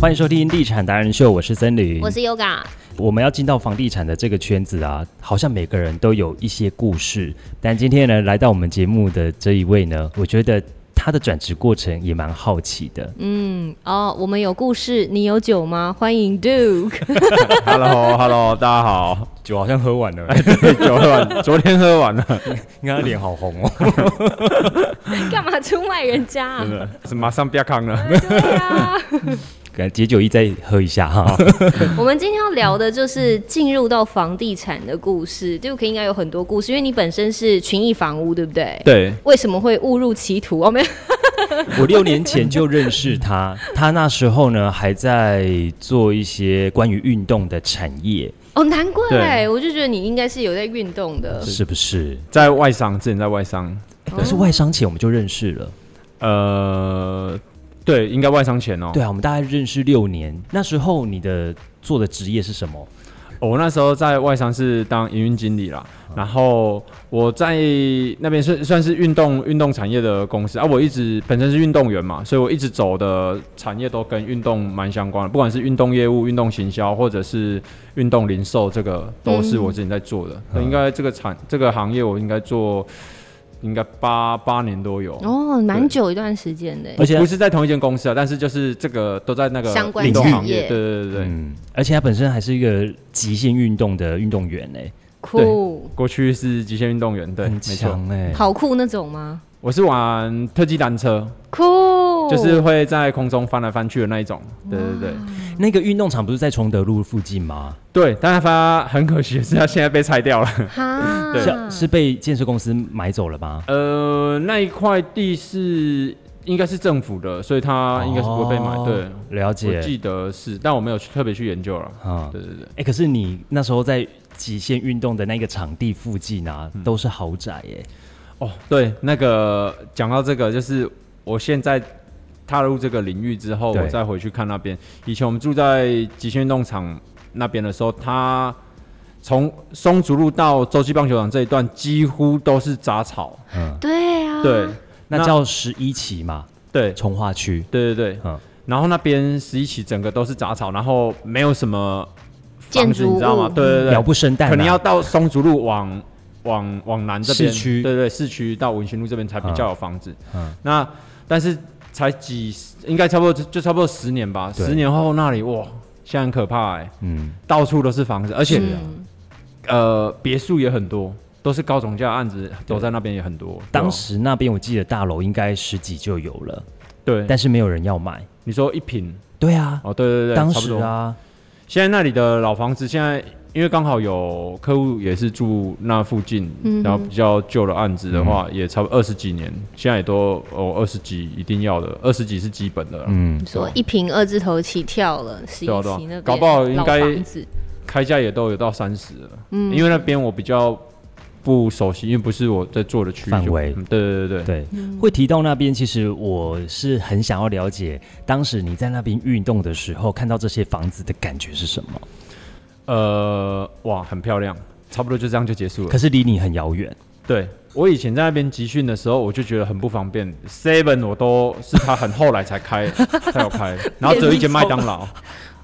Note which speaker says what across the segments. Speaker 1: 欢迎收听《地产达人秀》，我是森林，
Speaker 2: 我是 Yoga。
Speaker 1: 我们要进到房地产的这个圈子啊，好像每个人都有一些故事。但今天呢，来到我们节目的这一位呢，我觉得他的转职过程也蛮好奇的。
Speaker 2: 嗯，哦，我们有故事，你有酒吗？欢迎 Duke。
Speaker 3: Hello，Hello，大家 好。
Speaker 1: 酒好像喝完 了，
Speaker 3: 酒喝完，昨天喝完了，
Speaker 1: 你看他脸好红哦。
Speaker 2: 干嘛出卖人家、啊
Speaker 3: 真？的 是马上不要康了。
Speaker 2: 对啊，
Speaker 1: 给解酒意再喝一下 哈。
Speaker 2: 我们今天要聊的就是进入到房地产的故事。Duke 应该有很多故事，因为你本身是群益房屋，对不对？。
Speaker 3: 对，
Speaker 2: 为什么会误入歧途？哦，没有，
Speaker 1: 我六年前就认识他，他那时候呢还在做一些关于运动的产业，
Speaker 2: 哦，难怪，
Speaker 3: 对
Speaker 2: 我就觉得你应该是有在运动的。
Speaker 1: 是不是？
Speaker 3: 在外商，之前在外商，
Speaker 1: 可是外商前我们就认识了。
Speaker 3: 呃，对，应该外商前哦。
Speaker 1: 对啊，我们大概认识六年。那时候你的做的职业是什么？
Speaker 3: 哦我那时候在外商是当营运经理啦，
Speaker 1: 啊
Speaker 3: 然后我在那边算算是运动运动产业的公司啊，我一直本身是运动员嘛，所以我一直走的产业都跟运动蛮相关的，不管是运动业务、运动行销，或者是运动零售，这个都是我之前在做的。
Speaker 1: 嗯
Speaker 3: 那应该这个产这个行业我应该做应该八八年都有。
Speaker 2: 哦，蛮
Speaker 3: 对
Speaker 2: 久一段时间的。
Speaker 1: 而且
Speaker 3: 不是在同一间公司啊，但是就是这个都在那个
Speaker 2: 相关
Speaker 3: 运动
Speaker 2: 产
Speaker 3: 行
Speaker 2: 业
Speaker 3: 对对对对，
Speaker 1: 嗯，而且他本身还是一个极限运动的运动员哎、
Speaker 2: 酷，
Speaker 3: 过去是极限运动员，对，没
Speaker 1: 很
Speaker 3: 错。
Speaker 1: 强哎、
Speaker 2: 跑酷那种吗？
Speaker 3: 我是玩特技单车，
Speaker 1: 哦
Speaker 2: 酷，
Speaker 3: 就是会在空中翻来翻去的那一种。对对对
Speaker 1: 那个运动场不是在崇德路附近吗？
Speaker 3: 对，但是它很可惜的是，它现在被拆掉了。
Speaker 2: 哈，
Speaker 3: 对
Speaker 1: 是是被建设公司买走了吗？
Speaker 3: 呃，那一块地是应该是政府的，所以它啊应该是不会被买。
Speaker 1: 哦
Speaker 3: 对，
Speaker 1: 了
Speaker 3: 我
Speaker 1: 解。
Speaker 3: 记得是，但我没有去特别去研究了。
Speaker 1: 啊，哎、
Speaker 3: 对对对，
Speaker 1: 可是你那时候在极限运动的那个场地附近啊，
Speaker 3: 嗯
Speaker 1: 都是豪宅哎、
Speaker 3: 哦，对，那个讲到这个，就是我现在踏入这个领域之后，
Speaker 1: 对
Speaker 3: 我再回去看那边。以前我们住在极限运动场那边的时候，它从松竹路到洲际棒球场这一段几乎都是杂草。
Speaker 2: 对啊，
Speaker 3: 对，
Speaker 1: 那
Speaker 3: 那
Speaker 1: 叫十一期嘛，
Speaker 3: 对，
Speaker 1: 从化区。
Speaker 3: 对对对。
Speaker 1: 嗯
Speaker 3: 然后那边十一期整个都是杂草，然后没有什么
Speaker 2: 建
Speaker 3: 房子，
Speaker 2: 筑
Speaker 3: 你知道
Speaker 2: 物
Speaker 3: 吗？对对对，
Speaker 1: 鸟不生蛋、啊，
Speaker 3: 可能要到松竹路往往往南这边
Speaker 1: 市区
Speaker 3: 对对，市区到文心路这边才比较有房子。
Speaker 1: 嗯
Speaker 3: 嗯，
Speaker 1: 嗯
Speaker 3: 那但是才几，应该差不多就就差不多十年吧。
Speaker 1: 对
Speaker 3: 十年后那里哇，现在很可怕哎、
Speaker 1: 嗯，
Speaker 3: 到处都是房子，而且、
Speaker 1: 啊
Speaker 2: 嗯，
Speaker 3: 呃别墅也很多，都是高总价案子，都在那边也很多。
Speaker 1: 当时那边我记得大楼应该十几就有了，
Speaker 3: 对，
Speaker 1: 但是没有人要买。
Speaker 3: 你说一平
Speaker 1: 对啊，
Speaker 3: 哦，对对对，
Speaker 1: 当
Speaker 3: 差不
Speaker 1: 时
Speaker 3: 多。
Speaker 1: 啊，
Speaker 3: 现在那里的老房子，现在因为刚好有客户也是住那附近，
Speaker 2: 嗯哼
Speaker 3: 然后比较旧的案子的
Speaker 1: 嗯
Speaker 3: 话，也差不多二十几年，现在也都哦二十几一定要的，二十几是基本的啦，
Speaker 1: 嗯
Speaker 2: 你，说一瓶二字头起跳了，十一
Speaker 3: 啊对啊对啊
Speaker 2: 期那边
Speaker 3: 搞不好应该
Speaker 2: 老房子
Speaker 3: 开价也都有到三十了。
Speaker 2: 嗯
Speaker 3: 因为那边我比较不熟悉，因为不是我在做的区域就
Speaker 1: 范围
Speaker 3: 嗯对对对对，
Speaker 1: 对，会提到那边，其实我是很想要了解，当时你在那边运动的时候，看到这些房子的感觉是什么？
Speaker 3: 呃，哇，很漂亮，差不多就这样就结束了
Speaker 1: 可。是离你很遥远，
Speaker 3: 对我以前在那边集训的时候，我就觉得很不方便，Seven 我都是他很后来才 开才有开，然后只有一间麦当劳。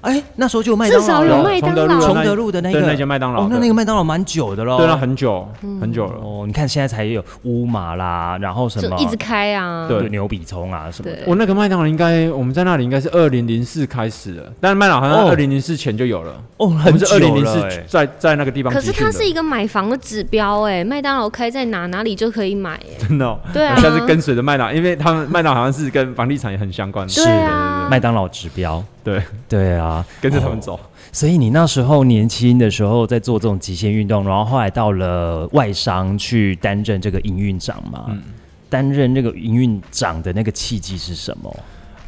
Speaker 1: 哎，那时候就有麦
Speaker 2: 至少有
Speaker 3: 了
Speaker 2: 哦麦当
Speaker 3: 崇德路
Speaker 2: 劳
Speaker 3: 有
Speaker 1: 崇
Speaker 3: 那
Speaker 1: 德路的那
Speaker 3: 对
Speaker 1: 个
Speaker 3: 那间麦当劳
Speaker 1: 哦，那
Speaker 3: 对
Speaker 1: 那个麦当劳蛮久的喽，
Speaker 3: 对，那很久、
Speaker 2: 嗯
Speaker 3: 很久了。
Speaker 1: 哦，你看现在才有乌马啦，然后什
Speaker 2: 就
Speaker 1: 么
Speaker 2: 一直开啊，
Speaker 3: 对
Speaker 1: 牛比葱啊什么的，
Speaker 2: 对
Speaker 3: 我哦那个麦当劳应该我们在那里应该是二零零四开始的，但麦当劳好像
Speaker 1: 哦
Speaker 3: 二零零四前就有了。欸
Speaker 1: 哦，
Speaker 3: 我
Speaker 1: 很
Speaker 3: 们是
Speaker 1: 久
Speaker 3: 二零零
Speaker 1: 了
Speaker 3: 四
Speaker 1: 哎。
Speaker 3: 在在那个地方
Speaker 2: 可
Speaker 3: 集训
Speaker 2: 是
Speaker 3: 的。
Speaker 2: 它是一个买房的指标哎，麦当劳开在哪哪里就可以买哎，
Speaker 3: 真的哦、
Speaker 2: 对啊
Speaker 3: 我下次跟随着麦当，因为他们麦当好像是跟房地产也很相关的，
Speaker 1: 是
Speaker 2: 对啊，
Speaker 1: 麦当劳指标，
Speaker 3: 对，
Speaker 1: 对啊，
Speaker 3: 跟着他们走。
Speaker 1: 所以你那时候年轻的时候在做这种极限运动，然后后来到了外商去担任这个营运长嘛？
Speaker 3: 嗯
Speaker 1: 担任这个营运长的那个契机是什么？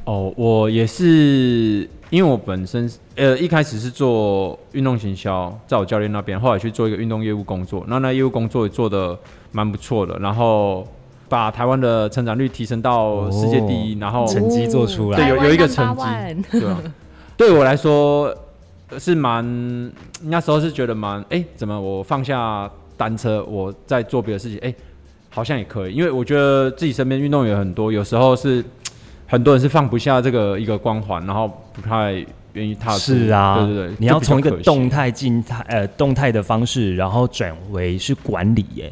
Speaker 3: 哦，我也是，因为我本身呃一开始是做运动行销，在我教练那边，后来去做一个运动业务工作，那那业务工作也做的蛮不错的，然后把台湾的成长率提升到世界第一，然后
Speaker 1: 成绩做出来
Speaker 2: 哦
Speaker 3: 对有有一个成绩
Speaker 2: 绩，
Speaker 3: 对啊，对我来说呃是蛮，那时候是觉得蛮，哎、怎么我放下单车，我在做别的事情，哎、好像也可以，因为我觉得自己身边运动员很多，有时候是很多人是放不下这个一个光环，然后不太愿意踏出。
Speaker 1: 是啊，
Speaker 3: 对对对，
Speaker 1: 你要从一个
Speaker 3: 就比较可惜
Speaker 1: 动态、静态、呃动态的方式，然后转为是管理耶、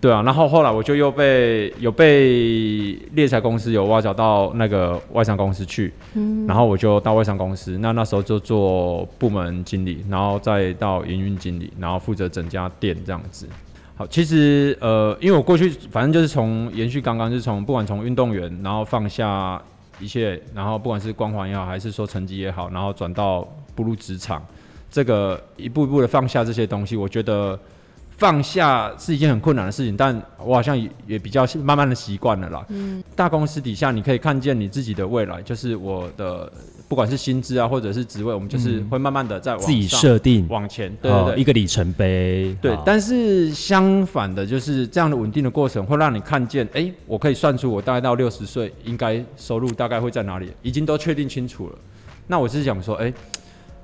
Speaker 3: 对啊，然后后来我就又被有被猎财公司有挖角到那个外商公司去，然后我就到外商公司，那那时候就做部门经理，然后再到营运经理，然后负责整家店这样子。好，其实呃，因为我过去反正就是从延续刚刚，就是从不管从运动员，然后放下一切，然后不管是光环也好，还是说成绩也好，然后转到步入职场，这个一步一步的放下这些东西，我觉得放下是一件很困难的事情，但我好像也也比较慢慢的习惯了啦。嗯，大公司底下你可以看见你自己的未来，就是我的不管是薪资啊，或者是职位，我们就是会慢慢的在往
Speaker 1: 嗯自己
Speaker 3: 上
Speaker 1: 设定，
Speaker 3: 往前，对对
Speaker 1: 哦
Speaker 3: 对，
Speaker 1: 一个里程碑。哦
Speaker 3: 对
Speaker 1: 好，
Speaker 3: 但是相反的，就是这样的稳定的过程，会让你看见，哎、我可以算出我大概到六十岁应该收入大概会在哪里，已经都确定清楚了。那我是想说，哎、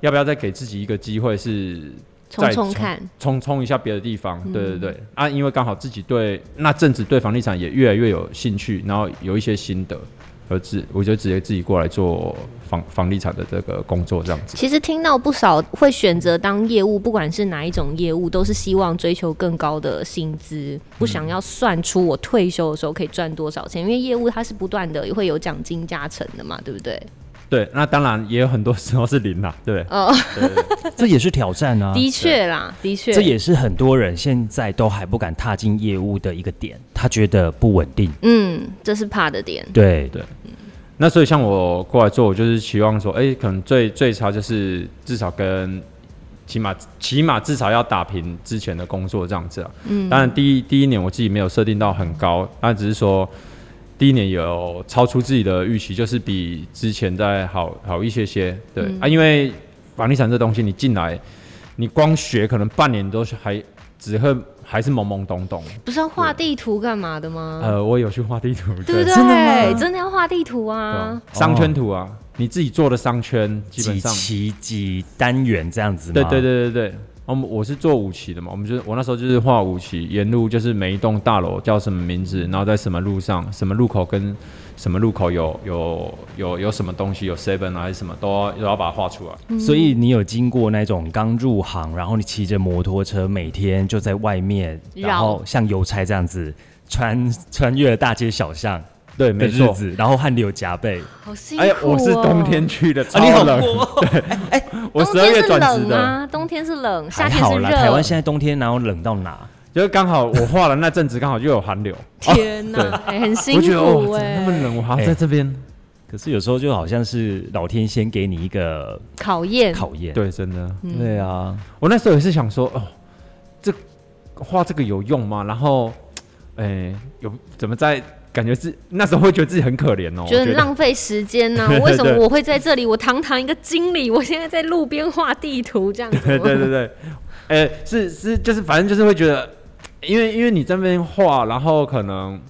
Speaker 3: 要不要再给自己一个机会，是
Speaker 2: 冲
Speaker 3: 再
Speaker 2: 冲看，
Speaker 3: 冲冲一下别的地方？对对对，啊，因为刚好自己对那阵子对房地产也越来越有兴趣，然后有一些心得，而自我就直接自己过来做房房地产的这个工作，这样子。
Speaker 2: 其实听到不少会选择当业务，不管是哪一种业务，都是希望追求更高的薪资，不想要算出我退休的时候可以赚多少钱，因为业务它是不断的也会有奖金加成的嘛，对不对？
Speaker 3: 对，那当然也有很多时候是零啦，对不对？
Speaker 2: 哦，
Speaker 3: 对对对
Speaker 1: 这也是挑战啊，
Speaker 2: 的确啦，的确，
Speaker 1: 这也是很多人现在都还不敢踏进业务的一个点，他觉得不稳定。
Speaker 2: 嗯，这是怕的点，
Speaker 1: 对
Speaker 3: 对那所以像我过来做，我就是期望说，哎、可能最最差就是至少跟起码起码至少要打平之前的工作这样子啊。嗯，当然第一第一年我自己没有设定到很高，那只是说第一年有超出自己的预期，就是比之前再好好一些些。对、啊，因为房地产这东西你进来，你光学可能半年都是还只会还是懵懵懂懂。
Speaker 2: 不是要画地图干嘛的吗？
Speaker 3: 呃，我有去画地图，
Speaker 2: 对不对？
Speaker 1: 真的吗
Speaker 2: 真的要画地图
Speaker 3: 对啊
Speaker 2: 啊！
Speaker 3: 商圈图啊，你自己做的商圈基本
Speaker 1: 几
Speaker 3: 上，
Speaker 1: 期几单元这样子吗？
Speaker 3: 对对对对对。哦我们我是做五期的嘛，我们就是我那时候就是画五期，沿路就是每一栋大楼叫什么名字，
Speaker 2: 嗯
Speaker 3: 然后在什么路上、什么路口跟什么路口有有有有什么东西，有 seven 啊还是什么，都要都要把它画出来。
Speaker 2: 嗯
Speaker 1: 所以你有经过那种刚入行，然后你骑着摩托车，每天就在外面，
Speaker 2: 绕
Speaker 1: 然后像邮差这样子穿 穿越大街小巷
Speaker 3: 对，
Speaker 1: 的
Speaker 3: 没
Speaker 1: 日
Speaker 3: 错。
Speaker 1: 子，然后汗流浃背。
Speaker 2: 好辛苦、哦啊
Speaker 3: 哎，我是冬天去的，超
Speaker 1: 你好
Speaker 3: 冷。
Speaker 1: 过，
Speaker 3: 我
Speaker 2: 冬
Speaker 3: 十二
Speaker 2: 天
Speaker 3: 月
Speaker 2: 是
Speaker 3: 转职
Speaker 2: 冷
Speaker 3: 的，
Speaker 2: 啊，冬天是冷，夏
Speaker 1: 还
Speaker 2: 天
Speaker 1: 好
Speaker 2: 是
Speaker 1: 啦。
Speaker 2: 热。
Speaker 1: 台湾现在冬天哪有冷到哪？
Speaker 3: 就是刚好我画了那阵子，刚好又有寒流，
Speaker 2: 天哪、哎、很辛
Speaker 3: 我觉得哦，
Speaker 2: 苦
Speaker 3: 怎
Speaker 2: 哎、
Speaker 3: 么那么冷，我还要在这边。
Speaker 1: 可是有时候就好像是老天先给你一个
Speaker 2: 考验。
Speaker 1: 考验。
Speaker 3: 对，真的。
Speaker 2: 嗯
Speaker 1: 对啊，
Speaker 3: 我那时候也是想说，哦，这画这个有用吗？然后，哎、有怎么在感觉自那时候会觉得自己很可怜哦，我
Speaker 2: 觉
Speaker 3: 觉
Speaker 2: 得
Speaker 3: 得
Speaker 2: 浪费时间呢、为什么我会在这里？我堂堂一个经理，我现在在路边画地图这样子吗。
Speaker 3: 对对对对，哎、是是就是反正就是会觉得，因为因为你在那边画，然后可能。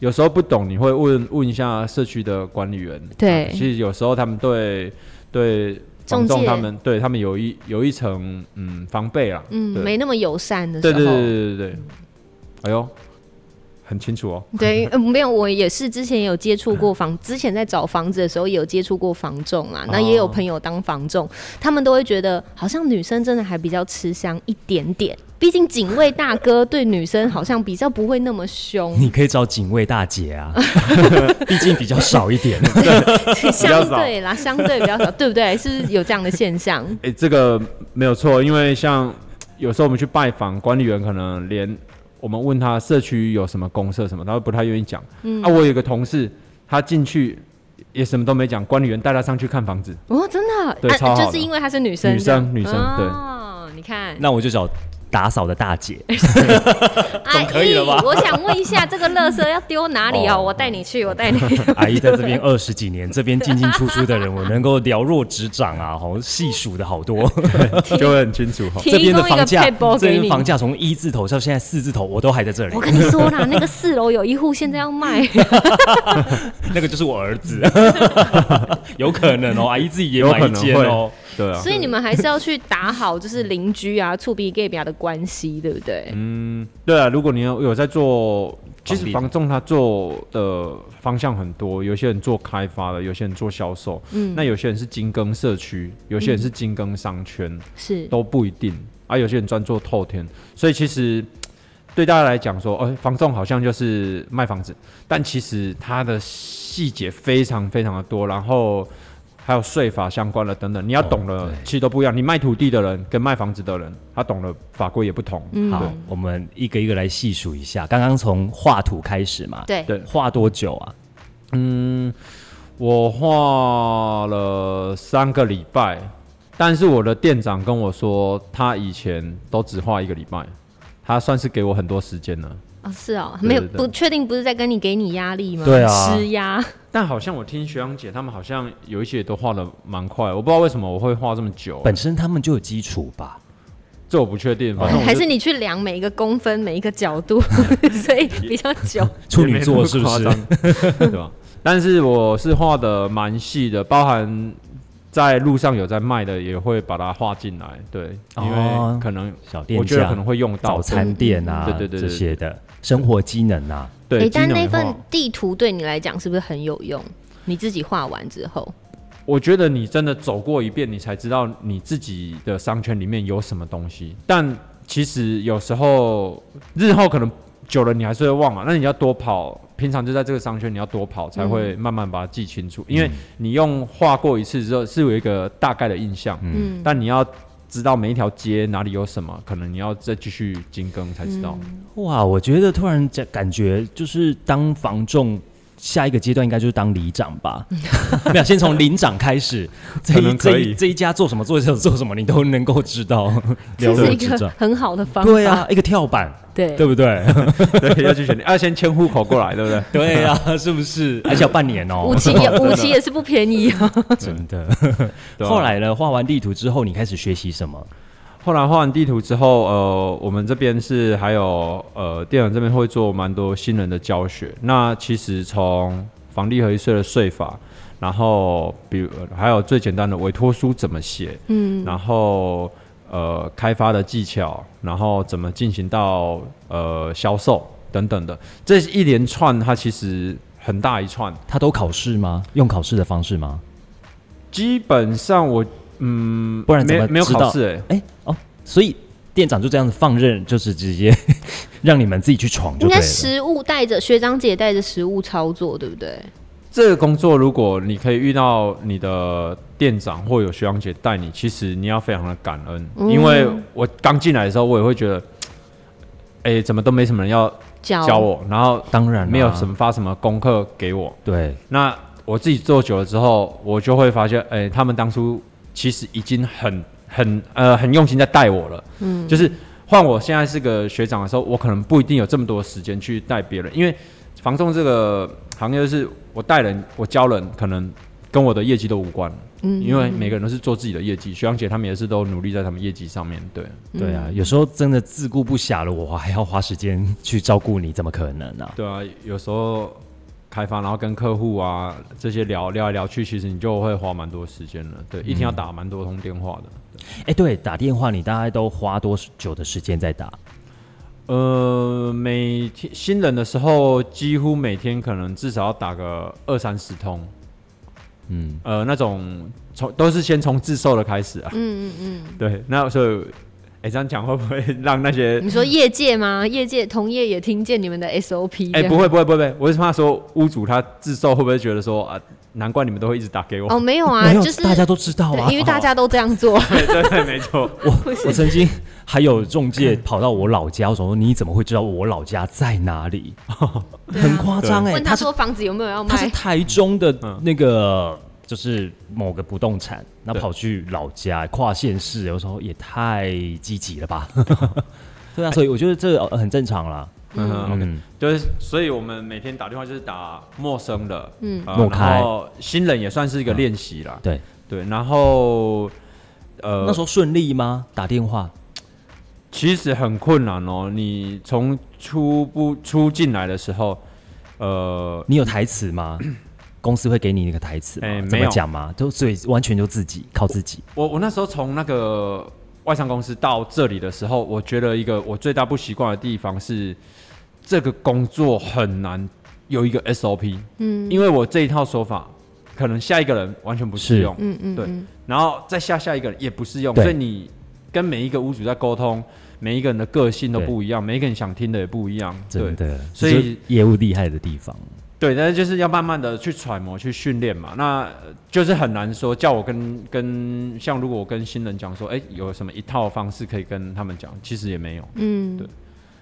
Speaker 3: 有时候不懂，你会问问一下社区的管理员。啊
Speaker 2: 对
Speaker 3: 其实有时候他们对对房
Speaker 2: 中
Speaker 3: 仲
Speaker 2: 介
Speaker 3: 他们对他们有一有一层嗯防备啊。
Speaker 2: 嗯，
Speaker 3: 对
Speaker 2: 没那么友善的时
Speaker 3: 对
Speaker 2: 候。
Speaker 3: 对对对对对。哎呦，很清楚 哦。
Speaker 2: 对，呃没有，我也是之前有接触过房，之前在找房子的时候也有接触过房仲啊，那也有朋友当房仲，他们都会觉得好像女生真的还比较吃香一点点，毕竟警卫大哥对女生好像比较不会那么凶，
Speaker 1: 你可以找警卫大姐 啊，毕竟比较少一点。
Speaker 2: 相对啦，相对比较少，对不对？是不是有这样的现象？
Speaker 3: 哎、这个没有错，因为像有时候我们去拜访管理员，可能连我们问他社区有什么公社什么，他都不太愿意讲。啊，我有个同事，他进去也什么都没讲，管理员带他上去看房子，
Speaker 2: 哦，真的，
Speaker 3: 对超好的
Speaker 2: 就是因为她是女生，
Speaker 3: 女
Speaker 2: 这样
Speaker 3: 生女生
Speaker 2: 哦，你看，
Speaker 1: 那我就找打扫的大姐。
Speaker 2: 阿
Speaker 1: 总可以了吧
Speaker 2: 姨我想问一下，这个垃圾要丢哪里哦？
Speaker 1: 哦
Speaker 2: 我带你去，我 带你去。
Speaker 1: 阿姨在这边二十几年，这边进进出出的人，我能够了若指掌啊，好细数的好多。
Speaker 3: 就会很清楚哈。
Speaker 1: 这边的房价
Speaker 2: 提供一个 paper，
Speaker 1: 这
Speaker 2: 给
Speaker 1: 边
Speaker 2: 你
Speaker 1: 房价从一字头到现在四字头，我都还在这里
Speaker 2: 我。跟你说啦，那个四楼有一户现在要 卖，
Speaker 3: 啊
Speaker 1: 那个就是我儿子， 有可能哦，阿姨自己也
Speaker 3: 有
Speaker 1: 买
Speaker 3: 可
Speaker 1: 一
Speaker 3: 能
Speaker 1: 间
Speaker 3: 会
Speaker 1: 哦。
Speaker 3: 对啊，
Speaker 2: 所以你们还是要去打好就是邻
Speaker 3: 嗯
Speaker 2: 居啊、厝比 gay 比啊的关系，对不对？
Speaker 3: 对啊。如果你有有在做其实房仲他做的方向很多，有些人做开发的，有些人做销售，
Speaker 2: 嗯
Speaker 3: 那有些人是精耕社区，有些人是精耕商圈，
Speaker 2: 是
Speaker 3: 都不一定啊。有些人专做透天，所以其实对大家来讲说，哦，房仲好像就是卖房子，但其实它的细节非常非常的多，然后还有税法相关的等等，你要懂
Speaker 1: 哦
Speaker 3: 的
Speaker 1: 对
Speaker 3: 其实都不一样。你卖土地的人跟卖房子的人，他懂的法规也不同。
Speaker 2: 嗯
Speaker 1: 好，我们一个一个来细数一下。刚刚从画图开始嘛，，
Speaker 2: 对
Speaker 3: 对
Speaker 1: 画多久啊？
Speaker 3: 嗯，我画了三个礼拜，但是我的店长跟我说，他以前都只画一个礼拜，他算是给我很多时间了。
Speaker 2: 哦，是哦，
Speaker 3: 对
Speaker 2: 没有
Speaker 3: 对对
Speaker 2: 不确定，不是在跟你给你压力吗？
Speaker 1: 对啊
Speaker 2: 施压，
Speaker 3: 但好像我听学长姐他们好像有一些都画的蛮快，我不知道为什么我会画这么久，啊
Speaker 1: 本身他们就有基础吧？
Speaker 3: 这我不确定，反正我就
Speaker 2: 还是你去量每一个公分、每一个角 度，所以比较久。
Speaker 1: 处女座是不
Speaker 3: 也
Speaker 1: 是
Speaker 3: 没？那么夸张 对吧？但是我是画的蛮细的，包含在路上有在卖的，也会把它画进来。对，因
Speaker 1: 哦
Speaker 3: 为可能
Speaker 1: 小店
Speaker 3: 我觉得可
Speaker 1: 家、
Speaker 3: 能会用到
Speaker 1: 早餐店啊，
Speaker 3: 对对对
Speaker 1: 这
Speaker 3: 对
Speaker 1: 些的生活机能啊，
Speaker 3: 对，
Speaker 2: 诶
Speaker 3: 对
Speaker 2: 但
Speaker 3: 机能
Speaker 2: 那
Speaker 3: 的
Speaker 2: 份
Speaker 3: 话
Speaker 2: 地图对你来讲是不是很有用？你自己画完之后，
Speaker 3: 我觉得你真的走过一遍，你才知道你自己的商圈里面有什么东西。但其实有时候日后可能久了，你还是会忘啊。那你要多跑，平常就在这个商圈，你要多跑才会慢慢把它记清楚。因为你用画过一次之后，是有一个大概的印象，
Speaker 2: 嗯，
Speaker 3: 但你要知道每一条街哪里有什么，可能你要再继续精耕才知道。
Speaker 1: 哇，我觉得突然感感觉就是当房仲。下一个阶段应该就是当里长吧，没有，先从里长开始，这
Speaker 3: 可
Speaker 1: 一
Speaker 3: 能
Speaker 1: 这
Speaker 3: 可以
Speaker 1: 一这一家做什么，做什么做什么，你都能够知道，
Speaker 2: 这
Speaker 1: 了
Speaker 2: 是
Speaker 1: 如
Speaker 2: 一
Speaker 1: 指
Speaker 2: 个
Speaker 1: 掌。
Speaker 2: 很好的方法。
Speaker 1: 对啊，一个跳板，
Speaker 2: 对
Speaker 1: 对不对？
Speaker 3: 对，要去选，要先迁户口过来，对不对？
Speaker 1: 对啊，是不是？而且要半年哦，
Speaker 2: 五期也五期也是不便宜啊。
Speaker 1: 真的。
Speaker 3: 对啊
Speaker 1: 后来呢，画完地图之后，你开始学习什么？
Speaker 3: 后来画完地图之后，呃，我们这边是还有呃，店长这边会做蛮多新人的教学。那其实从房地合一税的税法，然后比如还有最简单的委托书怎么写，
Speaker 2: 嗯，
Speaker 3: 然后呃开发的技巧，然后怎么进行到呃销售等等的，这一连串它其实很大一串。
Speaker 1: 他都考试吗？用考试的方式吗？
Speaker 3: 基本上我嗯，
Speaker 1: 不然怎
Speaker 3: 没
Speaker 1: 么
Speaker 3: 没有
Speaker 1: 知道
Speaker 3: 考试哎、
Speaker 1: 哎、哦，所以店长就这样子放任，就是直接 让你们自己去闯就
Speaker 2: 应
Speaker 1: 对
Speaker 2: 该
Speaker 1: 了。
Speaker 2: 实物带着学长姐带着实物操作，对不对？
Speaker 3: 这个工作，如果你可以遇到你的店长或有学长姐带你，其实你要非常的感恩，
Speaker 2: 嗯
Speaker 3: 因为我刚进来的时候，我也会觉得，哎、怎么都没什么人要
Speaker 2: 教
Speaker 3: 教我，然后
Speaker 1: 当然啦啊
Speaker 3: 没有什么发什么功课给我。
Speaker 1: 对，
Speaker 3: 那我自己做久了之后，我就会发现，哎、他们当初其实已经很很呃很用心在带我了。嗯，就是换我现在是个学长的时候，我可能不一定有这么多时间去带别人，因为房仲这个行业就是我带人，我教人，可能跟我的业绩都无关。
Speaker 2: 嗯
Speaker 3: 因为每个人都是做自己的业绩，学长姐他们也是都努力在他们业绩上面。对，
Speaker 2: 嗯
Speaker 1: 对啊，有时候真的自顾不暇了，我还要花时间去照顾你，怎么可能呢、
Speaker 3: 对啊，有时候开发，然后跟客户啊这些聊聊来聊去，其实你就会花蛮多时间了。对，一天要打蛮多通电话的。
Speaker 1: 哎、对，打电话你大概都花多久的时间在打？
Speaker 3: 呃，每天新人的时候，几乎每天可能至少要打个二三十通。
Speaker 1: 嗯，
Speaker 3: 呃，那种从都是先从自售的开始啊。
Speaker 2: 嗯嗯嗯，
Speaker 3: 对，那所以，哎、这样讲会不会让那些？
Speaker 2: 你说业界吗？业界同业也听见你们的 SOP，这
Speaker 3: 哎、
Speaker 2: 样
Speaker 3: 不会不会不会不会，我是怕说屋主他自售会不会觉得说啊，难怪你们都会一直打给我。
Speaker 2: 哦，没有啊，
Speaker 1: 没有，
Speaker 2: 就是
Speaker 1: 大家都知道啊，
Speaker 2: 对，因为大家都这样做，
Speaker 3: 对 对对，没错。
Speaker 1: 我我曾经还有中 介跑到我老家，我想说你怎么会知道我老家在哪里？
Speaker 2: 对啊
Speaker 1: 很夸张哎，
Speaker 2: 问他
Speaker 1: 是
Speaker 2: 说房子有没有要
Speaker 1: 他是
Speaker 2: 卖？
Speaker 1: 台中的
Speaker 3: 嗯
Speaker 1: 那个就是某个不动产，那
Speaker 3: 对
Speaker 1: 跑去老家跨县市，有时候也太积极了吧？ 对啊，所以我觉得这呃很正常啦。
Speaker 3: 嗯哼，OK，
Speaker 1: 嗯，
Speaker 3: 就是，所以我们每天打电话就是打陌生的，
Speaker 2: 嗯
Speaker 3: 呃
Speaker 1: 陌开嗯
Speaker 3: 然后新人也算是一个练习啦，
Speaker 1: 对，
Speaker 3: 对，然后呃，
Speaker 1: 那时候顺利吗？打电话
Speaker 3: 其实很困难哦，你从初步初进来的时候，呃，
Speaker 1: 你有台词 吗？公司会给你那个台词吗
Speaker 3: 哎？
Speaker 1: 怎
Speaker 3: 没
Speaker 1: 么
Speaker 3: 有
Speaker 1: 讲吗？都所以完全就自己靠自己。
Speaker 3: 我我那时候从那个外商公司到这里的时候，我觉得一个我最大不习惯的地方是，这个工作很难有一个 SOP，嗯，因为我这一套手法，可能下一个人完全不适
Speaker 1: 是
Speaker 3: 用，
Speaker 2: 嗯嗯，
Speaker 3: 对
Speaker 2: 嗯，
Speaker 3: 然后再下下一个人也不适用，
Speaker 1: 对
Speaker 3: 所以你跟每一个屋主在沟通，每一个人的个性都不一样，每一个人想听的也不一样，对
Speaker 1: 真的，
Speaker 3: 所以
Speaker 1: 这就是业务厉害的地方，
Speaker 3: 对，但是就是要慢慢的去揣摩、去训练嘛。那呃就是很难说，叫我跟跟像如果我跟新人讲说，哎、有什么一套方式可以跟他们讲，其实也没有。
Speaker 2: 嗯，
Speaker 3: 对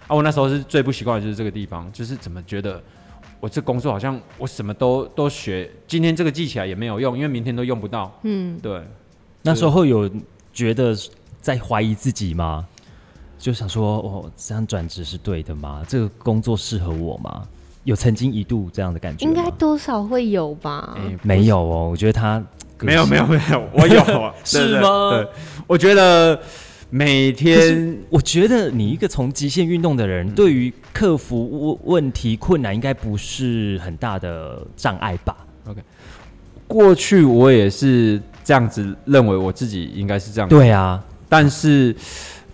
Speaker 3: 啊，我那时候是最不习惯的就是这个地方，就是怎么觉得我这工作好像我什么都都学，今天这个记起来也没有用，因为明天都用不到。
Speaker 2: 嗯，
Speaker 3: 对，
Speaker 1: 那时候有觉得在怀疑自己吗？就想说，哦，这样转职是对的吗？这个工作适合我吗？有曾经一度这样的感觉吗
Speaker 2: 应该多少会有吧。
Speaker 3: 哎
Speaker 1: 没有哦。我觉得他
Speaker 3: 没有没有没有，我有对
Speaker 1: 是
Speaker 3: 对
Speaker 1: 吗
Speaker 3: 对，我觉得每
Speaker 1: 可是
Speaker 3: 天
Speaker 1: 我觉得你一个从极限运动的
Speaker 3: 嗯
Speaker 1: 人，对于克服问问题困难，应该不是很大的障碍吧？
Speaker 3: 过去我也是这样子认为，我自己应该是这样子
Speaker 1: 对啊，
Speaker 3: 但是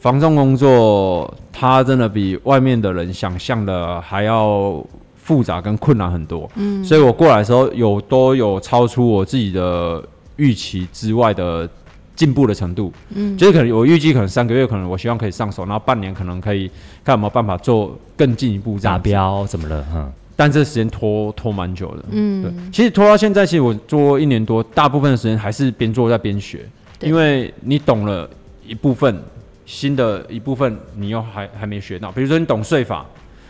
Speaker 3: 防重工作它真的比外面的人想象的还要复杂跟困难很多。嗯，所以我过来的时候有都有超出我自己的预期之外的进步的程度。嗯，就是可能我预计可能三个月，可能我希望可以上手，然后半年可能可以看有没有办法做更进一步这
Speaker 1: 达
Speaker 3: 样子。
Speaker 1: 标怎么嗯了？哼，
Speaker 3: 但这时间拖拖蛮久的。对
Speaker 2: 嗯，，
Speaker 3: 其实拖到现在，其实我做一年多，大部分的时间还是边做在边学，
Speaker 2: 对
Speaker 3: 因为你懂了一部分，新的一部分你又还还没学到，比如说你懂税法。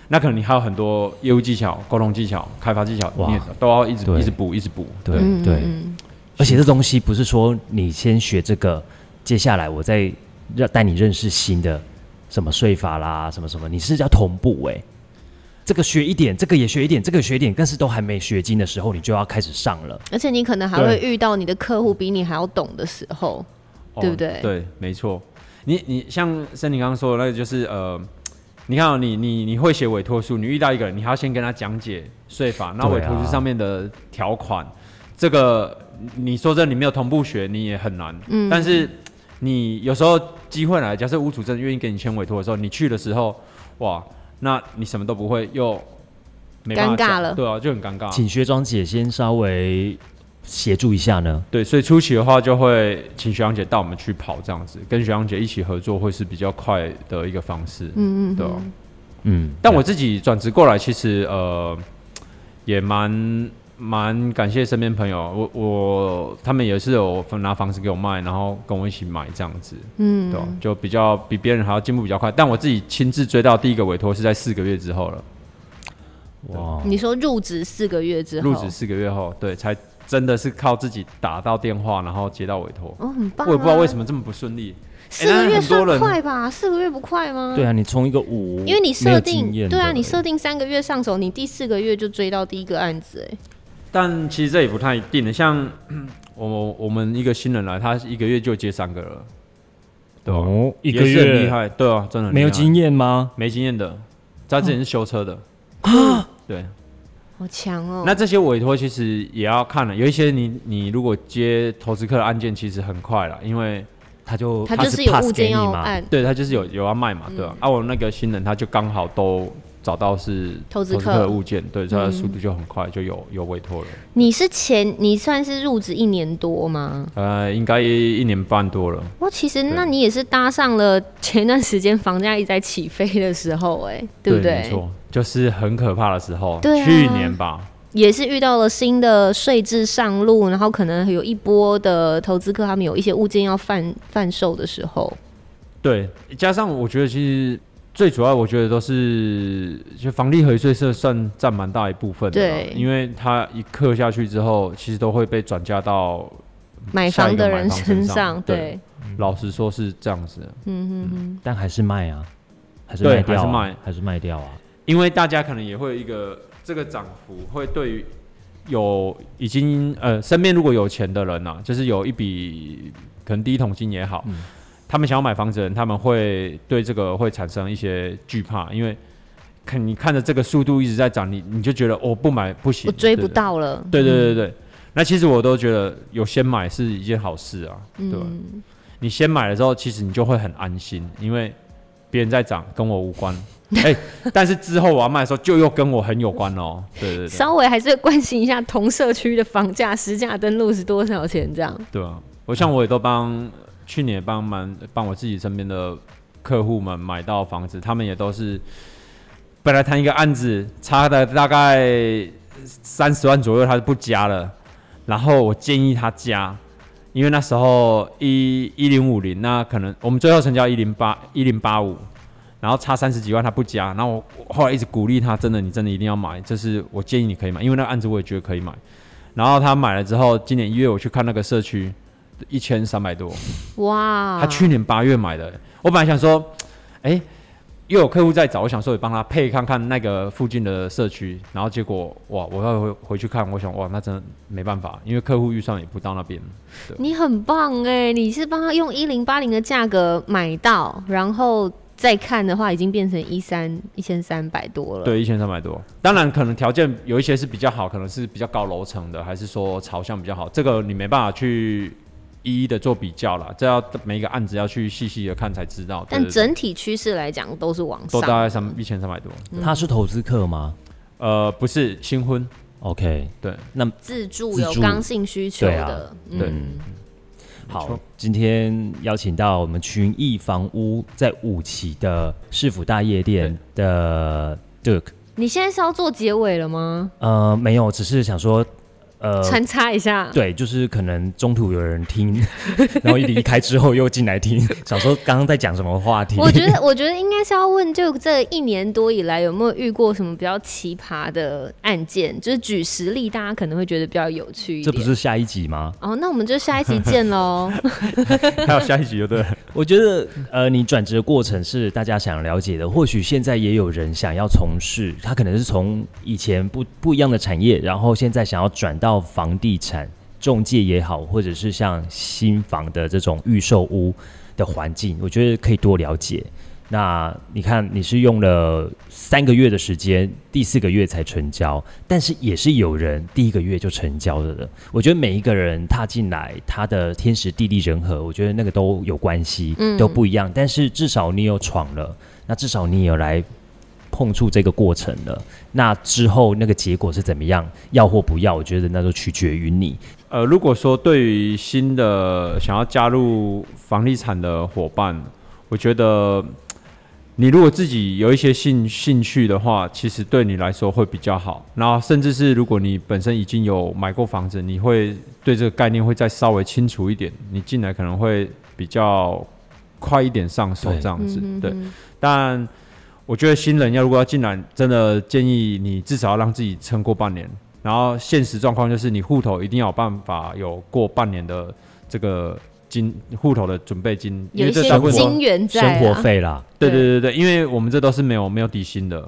Speaker 3: 那可能你还有很多业务技巧、沟通技巧、开发技巧，
Speaker 1: 哇
Speaker 3: 你也都要一直
Speaker 1: 对
Speaker 3: 一直补、一直补。
Speaker 1: 对
Speaker 2: 嗯
Speaker 1: 对，
Speaker 2: 嗯
Speaker 1: 而且这东西不是说你先学这个，接下来我再让带你认识新的什么税法啦，什么什么，你是要同步哎、这个学一点，这个也学一点，这个学一点，但是都还没学精的时候，你就要开始上了。
Speaker 2: 而且你可能还会遇到你的客户比你还要懂的时候，
Speaker 3: 哦
Speaker 2: 对不对
Speaker 3: 对，没错。你你像森林刚刚说的那个，就是呃，你看、哦、你你你会写委托书，你遇到一个人，你还要先跟他讲解税法，那
Speaker 1: 对啊
Speaker 3: 委托书上面的条款，这个你你说真的，你没有同步学，你也很难。嗯，但是你有时候机会来，假设屋主真的愿意给你签委托的时候，你去的时候，哇，那你什么都不会，又没办法
Speaker 2: 尴尬
Speaker 3: 讲
Speaker 2: 了
Speaker 3: 对啊，就很尴尬。
Speaker 1: 请学长姐先稍微协助一下呢。
Speaker 3: 对，所以初期的话就会请学长姐带我们去跑这样子，跟学长姐一起合作会是比较快的一个方式。嗯嗯，对啊、
Speaker 1: 嗯，
Speaker 3: 但我自己转职过来，其实呃也蛮蛮感谢身边朋友，我我他们也是有分拿房子给我卖，然后跟我一起买这样子。嗯，对啊、就比较比别人还要进步比较快。但我自己亲自追到第一个委托是在四个月之后了，
Speaker 1: 哇，
Speaker 2: 你说入职四个月之后，
Speaker 3: 入职四个月后，对，才真的是靠自己打到电话，然后接到委托。
Speaker 2: 哦，很棒、啊。
Speaker 3: 我也不知道为什么这么不顺利。
Speaker 2: 四个月
Speaker 3: 很多
Speaker 2: 算
Speaker 3: 人
Speaker 2: 快吧？四个月不快吗？
Speaker 1: 对啊，你从一个五，
Speaker 2: 因为你
Speaker 1: 没
Speaker 2: 设
Speaker 1: 有
Speaker 2: 定
Speaker 1: 经验
Speaker 2: 对啊，
Speaker 1: 的
Speaker 2: 你设定三个月上手，你第四个月就追到第一个案子、哎，
Speaker 3: 但其实这也不太一定 的，像我我们一个新人来，他一个月就接三个了，对啊
Speaker 1: 哦，一
Speaker 3: 也
Speaker 1: 个
Speaker 3: 是很厉
Speaker 1: 月
Speaker 3: 害，对啊，真的很
Speaker 1: 没有
Speaker 3: 厉害
Speaker 1: 经验吗？
Speaker 3: 没经验的，他之前是修车的啊，对，
Speaker 2: 好强哦、
Speaker 3: 那这些委托其实也要看了，有一些你你如果接投资客的案件，其实很快了，因为
Speaker 1: 他就
Speaker 2: 他
Speaker 1: 他
Speaker 2: 就是
Speaker 1: 是
Speaker 2: 有
Speaker 1: pass
Speaker 2: 物
Speaker 1: 给
Speaker 2: 件
Speaker 1: 你
Speaker 2: 要
Speaker 1: 嘛，
Speaker 2: 按
Speaker 3: 对他就是有有要卖
Speaker 2: 嗯
Speaker 3: 嘛，对啊，啊我那个新人他就刚好都找到是
Speaker 2: 投资客嗯
Speaker 3: 的物件，对，所以他的速度就很快，就有有委托了，
Speaker 2: 你是前你算是入职一年多吗？
Speaker 3: 呃，应该一一年半多了。
Speaker 2: 哇，其实那你也是搭上了前段时间房价一直在起飞的时候、哎，对不
Speaker 3: 没错，就是很可怕的时候。
Speaker 2: 对啊
Speaker 3: 去年吧，
Speaker 2: 也是遇到了新的税制上路，然后可能有一波的投资客他们有一些物件要贩贩售的时候，
Speaker 3: 对，加上我觉得其实最主要，我觉得都是就房地合一税是算占蛮大一部分的啦，
Speaker 2: 对
Speaker 3: 因为它一刻下去之后，其实都会被转嫁到，
Speaker 2: 买房的人
Speaker 3: 嗯下一个买
Speaker 2: 身
Speaker 3: 房身上
Speaker 2: 对，嗯
Speaker 3: 老实说是这样子的，嗯
Speaker 1: 但还是卖啊，还是
Speaker 3: 对
Speaker 1: 卖掉啊，
Speaker 3: 还是卖
Speaker 1: 还是卖掉啊。
Speaker 3: 因为大家可能也会有一个这个涨幅会对于。有已经呃，身边如果有钱的人啊，就是有一笔可能第一桶金也好，他们想要买房子的人，他们会对这个会产生一些惧怕，因为看你看着这个速度一直在涨，你你就觉得我、哦不买不行，
Speaker 2: 我追不
Speaker 3: 对
Speaker 2: 到嗯了，
Speaker 3: 对对对对对，那其实我都觉得有先买是
Speaker 2: 嗯
Speaker 3: 一件好事啊，对吧？你先买了之后，其实你就会很安心，因为别人在涨，跟我无关。哎、但是之后我要卖的时候，就又跟我很有关哦。对对对，
Speaker 2: 稍微还是会关心一下同社区的房价、实价登录是多少钱这样。
Speaker 3: 对啊，我像我也都帮去年也帮蛮帮我自己身边的客户们买到房子，他们也都是本来谈一个案子，差的大概三十万左右，他就不加了。然后我建议他加，因为那时候一一零五零，那可能我们最后成交一零八一零八五。然后差三十几万他不加，然后我我后来一直鼓励他，真的你真的一定要买，就是我建议你可以买，因为那个案子我也觉得可以买。然后他买了之后，今年一月我去看那个社区，一千三百多。
Speaker 2: 哇，
Speaker 3: 他去年八月买的，我本来想说，哎、又有客户在找，我想说也帮他配看看那个附近的社区，然后结果哇，我要回回去看，我想哇，那真的没办法，因为客户预算也不到那边。
Speaker 2: 你很棒哎、你是帮他用一零八零的价格买到，然后再看的话，已经变成一三一千三百多了。
Speaker 3: 对，一千三百多。当然，可能条件有一些是比较好，可能是比较高楼层的，还是说朝向比较好，这个你没办法去一一的做比较啦，这要每一个案子要去细细的看才知道。对
Speaker 2: 但
Speaker 3: 对对
Speaker 2: 整体趋势来讲都是往
Speaker 3: 都大
Speaker 2: 上。
Speaker 3: 概三一千三百多。
Speaker 1: 他是投资客吗
Speaker 3: 呃，不是新婚，
Speaker 1: ？OK，
Speaker 3: 对，
Speaker 2: 自助
Speaker 1: 自
Speaker 2: 有
Speaker 1: 助
Speaker 2: 刚性需求
Speaker 1: 对啊
Speaker 2: 的，嗯
Speaker 3: 对
Speaker 1: 好，今天邀请到我们群益房屋在五期的市府大夜店的 Duke，
Speaker 2: 你现在是要做结尾了吗？
Speaker 1: 呃，没有，只是想说，呃，
Speaker 2: 穿插一下，
Speaker 1: 对，就是可能中途有人听， 然后一离开之后又进来听，想说刚刚在讲什么话题。
Speaker 2: 我觉得，我觉得应该是要问，就这一年多以来有没有遇过什么比较奇葩的案件？就是举实例，大家可能会觉得比较有趣一
Speaker 1: 这
Speaker 2: 点。
Speaker 1: 不是下一集吗？
Speaker 2: 哦，那我们就下一集见 喽。
Speaker 3: 还有下一集就对了。
Speaker 1: 我觉得，呃，你转职的过程是大家想了解的。或许现在也有人想要从事，他可能是从以前不不一样的产业，然后现在想要转到房地产中介也好，或者是像新房的这种预售屋的环境，我觉得可以多了解。那你看，你是用了三个月的时间，第四个月才成交，但是也是有人第一个月就成交了的。我觉得每一个人踏进来，他的天时地利人和，我觉得那个都有关系，
Speaker 2: 嗯
Speaker 1: 都不一样。但是至少你有闯了，那至少你有来碰触这个过程了。那之后那个结果是怎么样，要或不要，我觉得那都取决于你。
Speaker 3: 呃，如果说对于新的想要加入房地产的伙伴，我觉得你如果自己有一些兴兴趣的话，其实对你来说会比较好。然后，甚至是如果你本身已经有买过房子，你会对这个概念会再稍微清楚一点，你进来可能会比较快一点上手
Speaker 1: 对
Speaker 3: 这样子。
Speaker 2: 嗯
Speaker 3: 对，，但我觉得新人要如果要进来，真的建议你至少要让自己撑过半年。然后现实状况就是，你户头一定要有办法有过半年的这个金户头的准备金，因
Speaker 2: 有
Speaker 3: 为
Speaker 2: 一
Speaker 3: 这
Speaker 2: 些
Speaker 3: 大部分
Speaker 2: 金源在、
Speaker 1: 生
Speaker 2: 啊，
Speaker 1: 活费啦，
Speaker 3: 对对对对，因啊为我们这都是没有没有底薪的，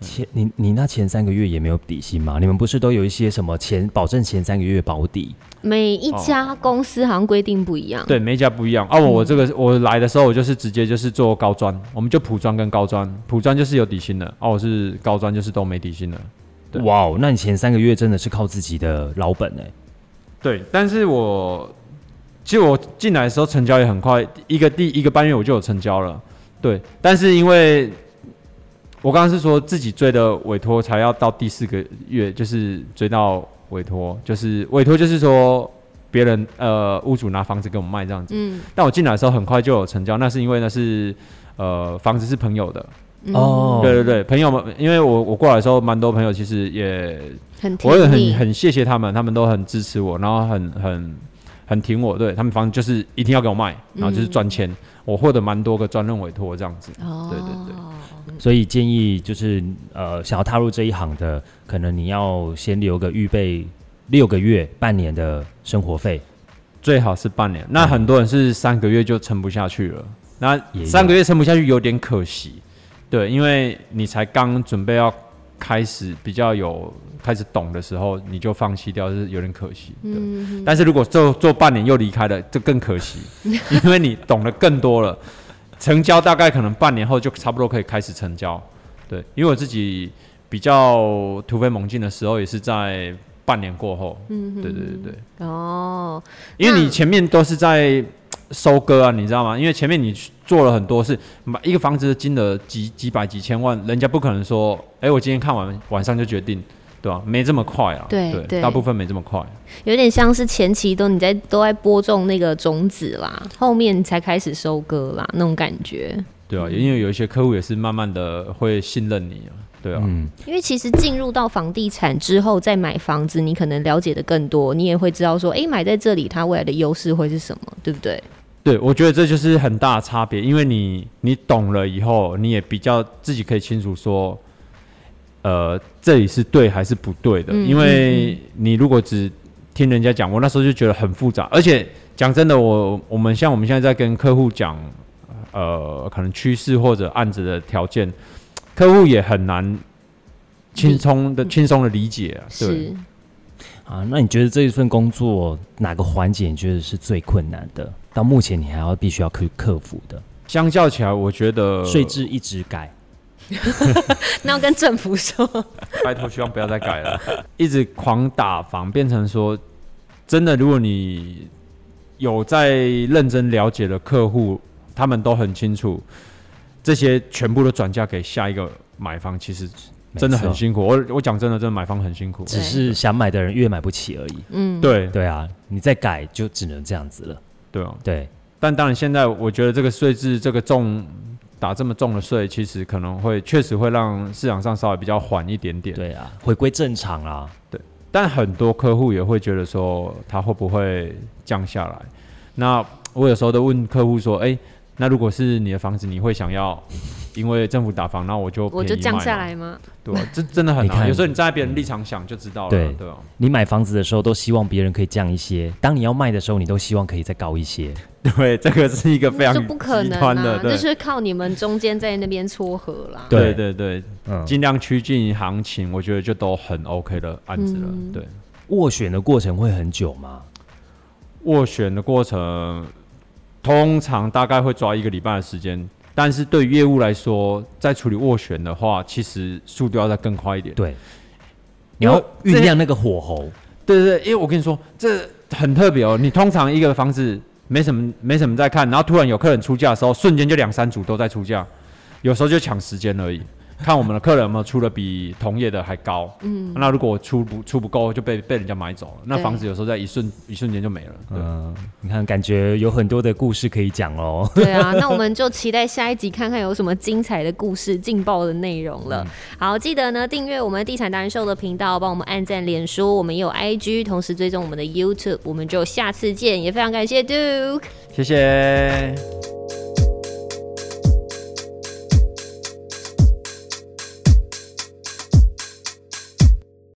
Speaker 1: 前你你那前三个月也没有底薪吗？你们不是都有一些什么前保证前三个月保底？
Speaker 2: 每一家公司好像规定不一样。
Speaker 3: 对每一家不一样。啊，我我这个我来的时候，我就是直接就是做高专，我们就普专跟高专，普专就是有底薪的，啊，我是高专就是都没底薪的。对
Speaker 1: 哇哦，那你前三个月真的是靠自己的老本哎、
Speaker 3: 对，但是我其实我进来的时候成交也很快，一个第一个半月我就有成交了。对，但是因为我刚刚是说自己追的委托才要到第四个月，就是追到委托，就是委托就是说别人呃屋主拿房子给我们卖这样子。
Speaker 2: 嗯，
Speaker 3: 但我进来的时候很快就有成交，那是因为那是呃房子是朋友的，
Speaker 2: 嗯
Speaker 1: 哦
Speaker 3: 对对对，朋友们，因为我我过来的时候蛮多朋友其实也
Speaker 2: 很
Speaker 3: 我也
Speaker 2: 甜蜜
Speaker 3: 很。很谢谢他们，他们都很支持我，然后很很很挺我，对他们反正就是一定要给我卖，然后就是赚钱，我获得蛮多个专任委托这样子。
Speaker 2: 哦，
Speaker 3: 对对对
Speaker 1: 所以建议就是呃，想要踏入这一行的，可能你要先留个预备六个月、半年的生活费。
Speaker 3: 最好是半年，那很多人是三个月就撑不下去了，
Speaker 1: 嗯也
Speaker 3: 那
Speaker 1: 有
Speaker 3: 三个月撑不下去有点可惜，对，因为你才刚准备要开始比较有开始懂的时候，你就放弃掉是有点可惜，对。
Speaker 2: 嗯，
Speaker 3: 但是如果做做半年又离开了，就更可惜， 因为你懂得更多了。成交大概可能半年后就差不多可以开始成交，对，因为我自己比较突飞猛进的时候也是在半年过后，嗯，对对对对，
Speaker 2: 哦，
Speaker 3: 因为你前面都是在收割啊，你知道吗？因为前面你做了很多事，买一个房子的金额几几百几千万，人家不可能说，哎、我今天看完晚上就决定，对吧、没这么快啊，
Speaker 2: 对对
Speaker 3: 大部分没这么快。
Speaker 2: 有点像是前期都你在都在播种那个种子啦，后面你才开始收割啦，那种感觉。
Speaker 3: 对啊，因为有一些客户也是慢慢的会信任你啊，对啊，
Speaker 1: 嗯，
Speaker 2: 因为其实进入到房地产之后再买房子，你可能了解的更多，你也会知道说，诶，买在这里它未来的优势会是什么，对不对？
Speaker 3: 对，我觉得这就是很大的差别，因为你你懂了以后，你也比较自己可以清楚说，呃，这里是对还是不对的，
Speaker 2: 嗯
Speaker 3: 因为你如果只听人家讲，我那时候就觉得很复杂，而且讲真的，我我们像我们现在在跟客户讲，呃，可能趋势或者案子的条件，客户也很难轻松的轻松的理解、啊，
Speaker 2: 嗯
Speaker 3: 对
Speaker 2: 是。
Speaker 1: 啊，那你觉得这一份工作哪个环节你觉得是最困难的？到目前你还要必须要去克服的，
Speaker 3: 相较起来，我觉得
Speaker 1: 税制一直改，
Speaker 2: 那要跟政府
Speaker 3: 啊
Speaker 2: 说，
Speaker 3: 拜托，希望不要再改了。一直狂打房，变成说，真的，如果你有在认真了解的客户，他们都很清楚，这些全部都转嫁给下一个买方，其实
Speaker 1: 没
Speaker 3: 真的很
Speaker 1: 错
Speaker 3: 辛苦。我我讲真的，真的买方很辛苦。
Speaker 1: 只是想买的人越买不起而已。
Speaker 2: 嗯，
Speaker 3: 对
Speaker 1: 对啊，你再改就只能这样子了。
Speaker 3: 对啊，
Speaker 1: 对，
Speaker 3: 但当然，现在我觉得这个税制，这个重打这么重的税，其实可能会确实会让市场上稍微比较缓一点点。
Speaker 1: 对啊，回归正常啊啦。
Speaker 3: 但很多客户也会觉得说，他会不会降下来？那我有时候都问客户说，哎、那如果是你的房子，你会想要因为政府打房，那我就
Speaker 2: 我就
Speaker 3: 便宜卖
Speaker 2: 降
Speaker 3: 嘛
Speaker 2: 下，来吗？
Speaker 3: 对吧、这真的很
Speaker 1: 你看
Speaker 3: 难。有时候你站在别人立场想就知道了，
Speaker 1: 对
Speaker 3: 对 吧、
Speaker 1: 你买房子的时候都希望别人可以降一些，当你要卖的时候，你都希望可以再高一些。
Speaker 3: 对，这个是一个 非常
Speaker 2: 这不可
Speaker 3: 极
Speaker 2: 能
Speaker 3: 端的，
Speaker 2: 啊，
Speaker 3: 对
Speaker 2: 这是靠你们中间在那边撮合啦。
Speaker 3: 对
Speaker 1: 对
Speaker 3: 对对，
Speaker 1: 嗯，
Speaker 3: 尽量趋近行情，我觉得就都很 OK 的案子了。
Speaker 2: 嗯
Speaker 3: 对，
Speaker 1: 斡旋的过程会很久吗？
Speaker 3: 斡旋的过程通常大概会抓一个礼拜的时间，但是对于业务来说，在处理斡旋的话，其实速度要再更快一点。
Speaker 1: 对，你
Speaker 3: 因为
Speaker 1: 要
Speaker 3: 这
Speaker 1: 酝酿那个火候。
Speaker 3: 对对对，因为我跟你说，这很特别哦。你通常一个房子没什么没什么在看，然后突然有客人出价的时候，瞬间就两三组都在出价，有时候就抢时间而已。看我们的客人有没有出的比同业的还高，嗯，那如果我出不出不够，就被被人家买走了。那
Speaker 2: 对
Speaker 3: 房子有时候在一瞬一瞬间就没了。对，
Speaker 1: 嗯，你看，感觉有很多的故事可以讲哦。
Speaker 2: 对啊，那我们就期待下一集看看有什么精彩的故事、劲爆的内容了。
Speaker 3: 嗯
Speaker 2: 好，记得呢订阅我们地产达人秀的频道，帮我们按赞、脸书，我们也有 IG，同时追踪我们的 YouTube。我们就下次见，也非常感谢 Duke。
Speaker 3: 谢谢。